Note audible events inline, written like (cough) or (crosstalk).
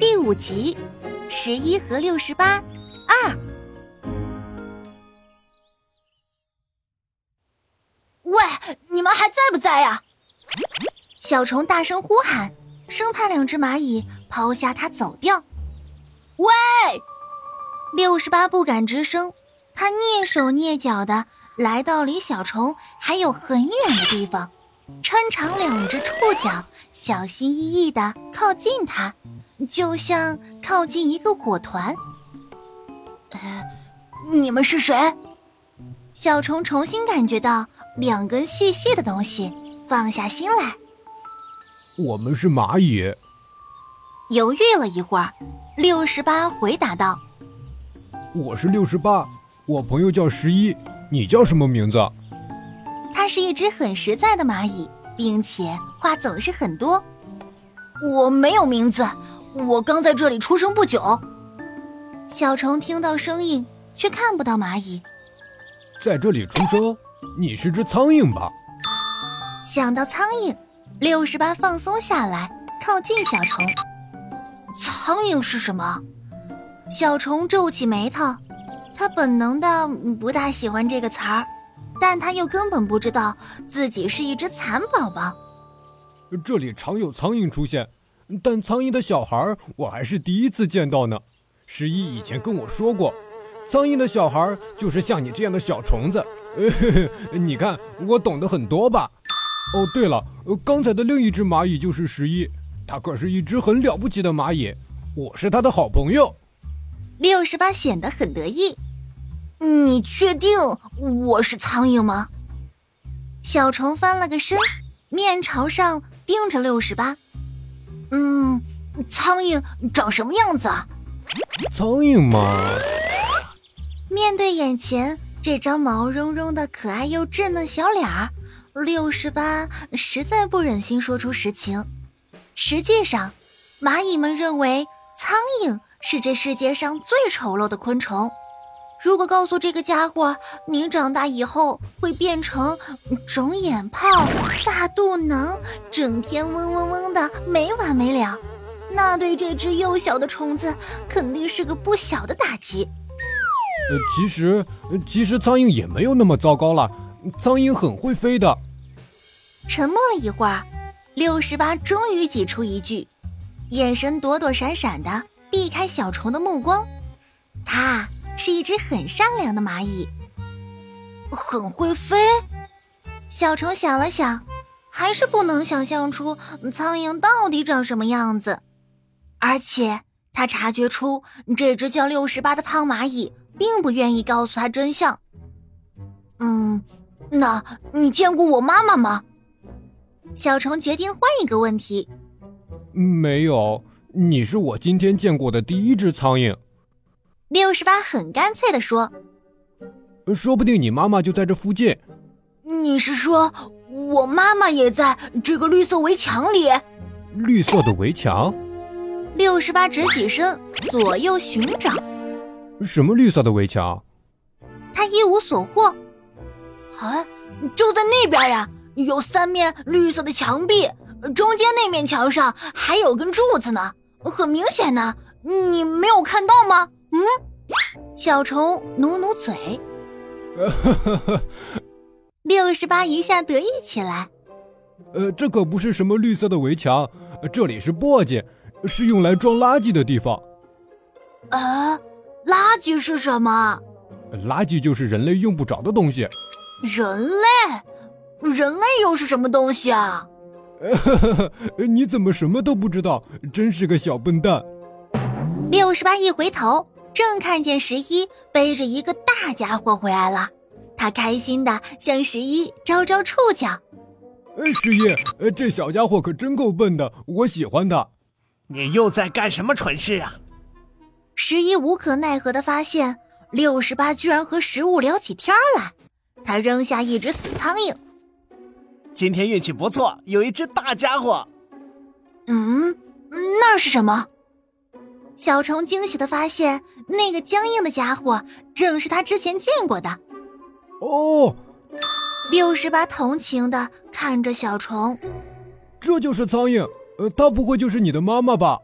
第五集，十一和六十八二。喂，你们还在不在呀？小虫大声呼喊，生怕两只蚂蚁抛下它走掉。喂！六十八不敢吱声，他蹑手蹑脚的来到离小虫还有很远的地方，抻长两只触角，小心翼翼的靠近它。就像靠近一个火团。呃，你们是谁？小虫重新感觉到两根细细的东西，放下心来。我们是蚂蚁。犹豫了一会儿，六十八回答道：“我是六十八，我朋友叫十一，你叫什么名字？”它是一只很实在的蚂蚁，并且话总是很多。我没有名字。我刚在这里出生不久，小虫听到声音，却看不到蚂蚁。在这里出生，你是只苍蝇吧？想到苍蝇，六十八放松下来，靠近小虫。苍蝇是什么？小虫皱起眉头，他本能的不大喜欢这个词儿，但他又根本不知道自己是一只蚕宝宝。这里常有苍蝇出现。但苍蝇的小孩，我还是第一次见到呢。十一以前跟我说过，苍蝇的小孩就是像你这样的小虫子。 (laughs) 呵呵你看，我懂得很多吧？哦，对了，刚才的另一只蚂蚁就是十一，它可是一只很了不起的蚂蚁，我是它的好朋友。六十八显得很得意。你确定我是苍蝇吗？小虫翻了个身，面朝上盯着六十八。嗯，苍蝇长什么样子啊？苍蝇嘛，面对眼前这张毛茸茸的、可爱又稚嫩小脸儿，六十八实在不忍心说出实情。实际上，蚂蚁们认为苍蝇是这世界上最丑陋的昆虫。如果告诉这个家伙，你长大以后会变成肿眼泡、大肚腩，整天嗡嗡嗡的没完没了，那对这只幼小的虫子肯定是个不小的打击。呃，其实呃其实苍蝇也没有那么糟糕了，苍蝇很会飞的。沉默了一会儿，六十八终于挤出一句，眼神躲躲闪闪的避开小虫的目光，他。是一只很善良的蚂蚁，很会飞。小虫想了想，还是不能想象出苍蝇到底长什么样子。而且他察觉出这只叫六十八的胖蚂蚁并不愿意告诉他真相。嗯，那你见过我妈妈吗？小虫决定换一个问题。嗯没有，你是我今天见过的第一只苍蝇。六十八很干脆地说：“呃说不定你妈妈就在这附近。”你是说我妈妈也在这个绿色围墙里？绿色的围墙？六十八直起身，左右寻找。什么绿色的围墙？ (laughs) 他一无所获。啊，就在那边呀！有三面绿色的墙壁，中间那面墙上还有根柱子呢，很明显呢、啊。你没有看到吗？嗯，小虫努努嘴，六十八一下得意起来。呃，这可不是什么绿色的围墙，呃这里是簸箕，是用来装垃圾的地方。呃，垃圾是什么？垃圾就是人类用不着的东西。 (laughs) 人类，人类又是什么东西啊？呃你怎么什么都不知道？真是个小笨蛋。六十八一回头。正看见十一背着一个大家伙回来了，他开心的向十一招招触角。呃，十一，呃，这小家伙可真够笨的，我喜欢他。你又在干什么蠢事啊？十一无可奈何的发现，六十八居然和食物聊起天来。他扔下一只死苍蝇。今天运气不错，有一只大家伙。嗯，那是什么？小虫惊喜地发现，那个僵硬的家伙正是他之前见过的。哦，六十八同情地看着小虫，这就是苍蝇，呃，它不会就是你的妈妈吧？